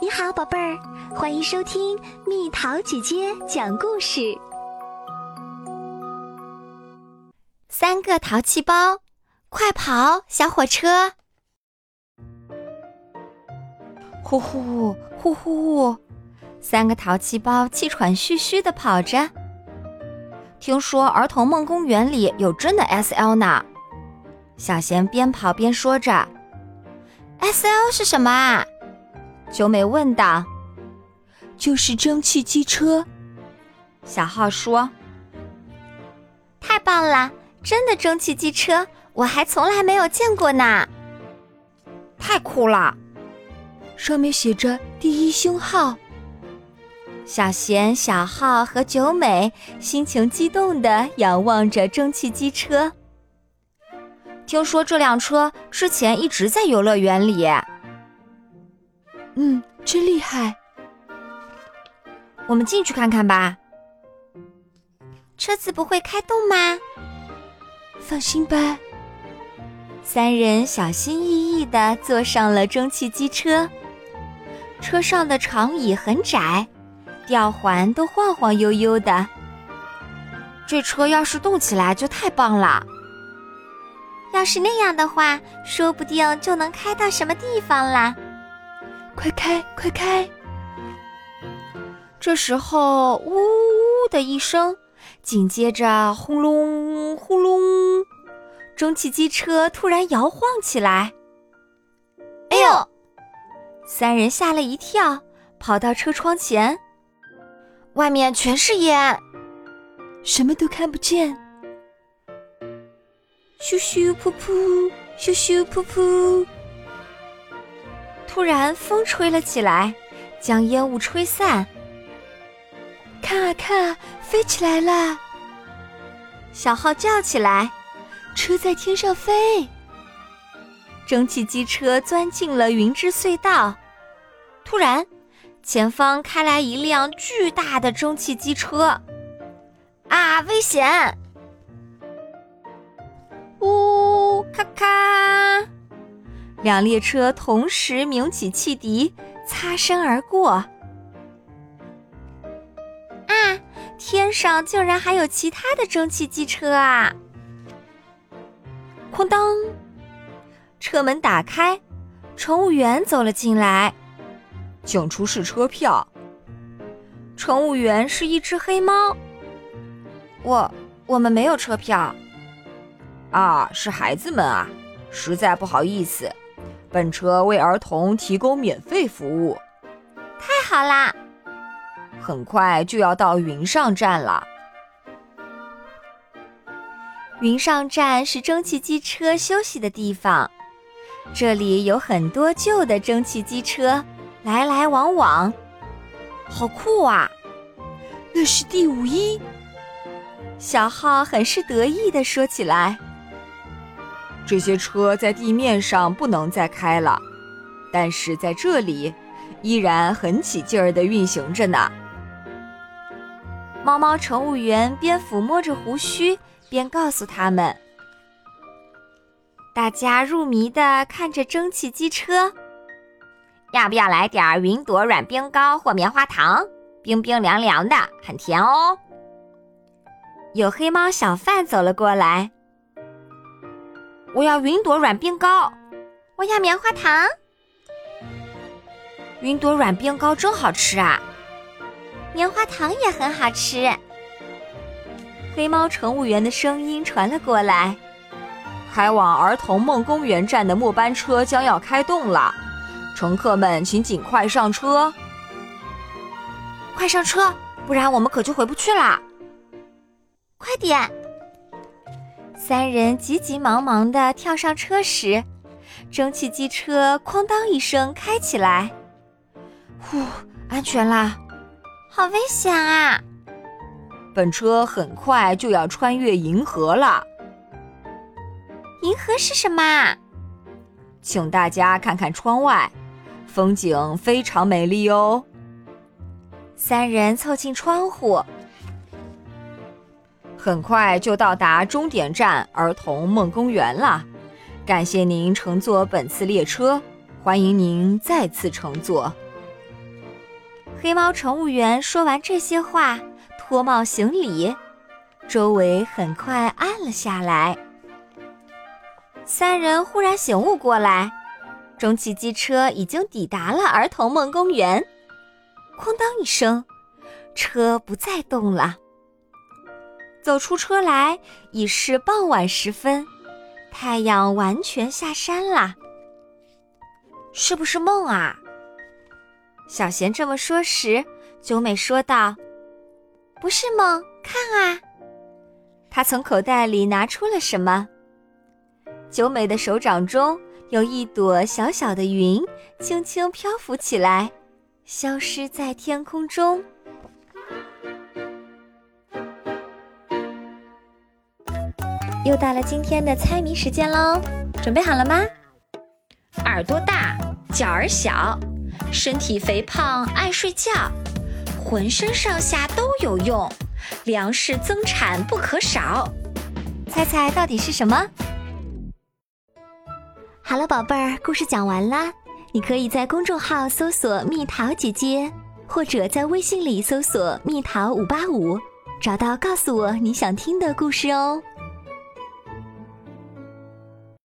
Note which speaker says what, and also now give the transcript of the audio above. Speaker 1: 你好，宝贝儿，欢迎收听蜜桃姐姐讲故事。
Speaker 2: 三个淘气包，快跑，小火车！呼呼呼呼，三个淘气包气喘吁吁的跑着。听说儿童梦公园里有真的 SL 呢。小贤边跑边说着：“SL 是什么啊？”九美问道：“
Speaker 3: 就是蒸汽机车。”
Speaker 2: 小浩说：“太棒了，真的蒸汽机车，我还从来没有见过呢，太酷了！
Speaker 3: 上面写着‘第一星号’。”
Speaker 2: 小贤、小浩和九美心情激动地仰望着蒸汽机车。听说这辆车之前一直在游乐园里。
Speaker 3: 嗯，真厉害！
Speaker 2: 我们进去看看吧。车子不会开动吗？
Speaker 3: 放心吧。
Speaker 2: 三人小心翼翼地坐上了蒸汽机车。车上的长椅很窄，吊环都晃晃悠悠的。这车要是动起来就太棒了。
Speaker 4: 要是那样的话，说不定就能开到什么地方啦。
Speaker 3: 快开，快开！
Speaker 2: 这时候，呜呜的一声，紧接着轰隆轰隆，蒸汽机车突然摇晃起来。
Speaker 4: 哎呦！
Speaker 2: 三人吓了一跳，跑到车窗前。
Speaker 4: 外面全是烟，
Speaker 3: 什么都看不见。
Speaker 2: 咻咻噗噗，咻咻噗噗。突然，风吹了起来，将烟雾吹散。
Speaker 3: 看啊看啊，飞起来了！
Speaker 2: 小号叫起来：“
Speaker 3: 车在天上飞！”
Speaker 2: 蒸汽机车钻进了云之隧道。突然，前方开来一辆巨大的蒸汽机车。
Speaker 4: 啊，危险！
Speaker 2: 呜，咔咔！两列车同时鸣起汽笛，擦身而过。啊！
Speaker 4: 天上竟然还有其他的蒸汽机车啊！
Speaker 2: 哐当，车门打开，乘务员走了进来，请出示车票。乘务员是一只黑猫。我我们没有车票。
Speaker 5: 啊，是孩子们啊，实在不好意思。本车为儿童提供免费服务，
Speaker 4: 太好啦！
Speaker 5: 很快就要到云上站了。
Speaker 2: 云上站是蒸汽机车休息的地方，这里有很多旧的蒸汽机车来来往往，好酷啊！
Speaker 3: 那是第五一，
Speaker 2: 小浩很是得意地说起来。
Speaker 5: 这些车在地面上不能再开了，但是在这里，依然很起劲儿地运行着呢。
Speaker 2: 猫猫乘务员边抚摸着胡须，边告诉他们：大家入迷地看着蒸汽机车，
Speaker 6: 要不要来点云朵软冰糕或棉花糖？冰冰凉凉的，很甜哦。
Speaker 2: 有黑猫小贩走了过来。我要云朵软冰糕，
Speaker 4: 我要棉花糖。
Speaker 2: 云朵软冰糕真好吃啊，
Speaker 4: 棉花糖也很好吃。
Speaker 2: 黑猫乘务员的声音传了过来：“
Speaker 5: 开往儿童梦公园站的末班车将要开动了，乘客们请尽快上车，
Speaker 2: 快上车，不然我们可就回不去啦！
Speaker 4: 快点！”
Speaker 2: 三人急急忙忙地跳上车时，蒸汽机车哐当一声开起来。
Speaker 3: 呼，安全啦！
Speaker 4: 好危险啊！
Speaker 5: 本车很快就要穿越银河了。
Speaker 4: 银河是什么？啊
Speaker 5: 请大家看看窗外，风景非常美丽哦。
Speaker 2: 三人凑近窗户。
Speaker 5: 很快就到达终点站儿童梦公园了，感谢您乘坐本次列车，欢迎您再次乘坐。
Speaker 2: 黑猫乘务员说完这些话，脱帽行礼，周围很快暗了下来。三人忽然醒悟过来，蒸汽机车已经抵达了儿童梦公园。哐当一声，车不再动了。走出车来已是傍晚时分，太阳完全下山啦。是不是梦啊？小贤这么说时，九美说道：“
Speaker 4: 不是梦，看啊！”
Speaker 2: 她从口袋里拿出了什么。九美的手掌中有一朵小小的云，轻轻漂浮起来，消失在天空中。
Speaker 4: 又到了今天的猜谜时间喽，准备好了吗？
Speaker 3: 耳朵大，脚儿小，身体肥胖，爱睡觉，浑身上下都有用，粮食增产不可少。
Speaker 2: 猜猜到底是什么？
Speaker 1: 好了，宝贝儿，故事讲完啦。你可以在公众号搜索“蜜桃姐姐”，或者在微信里搜索“蜜桃五八五”，找到告诉我你想听的故事哦。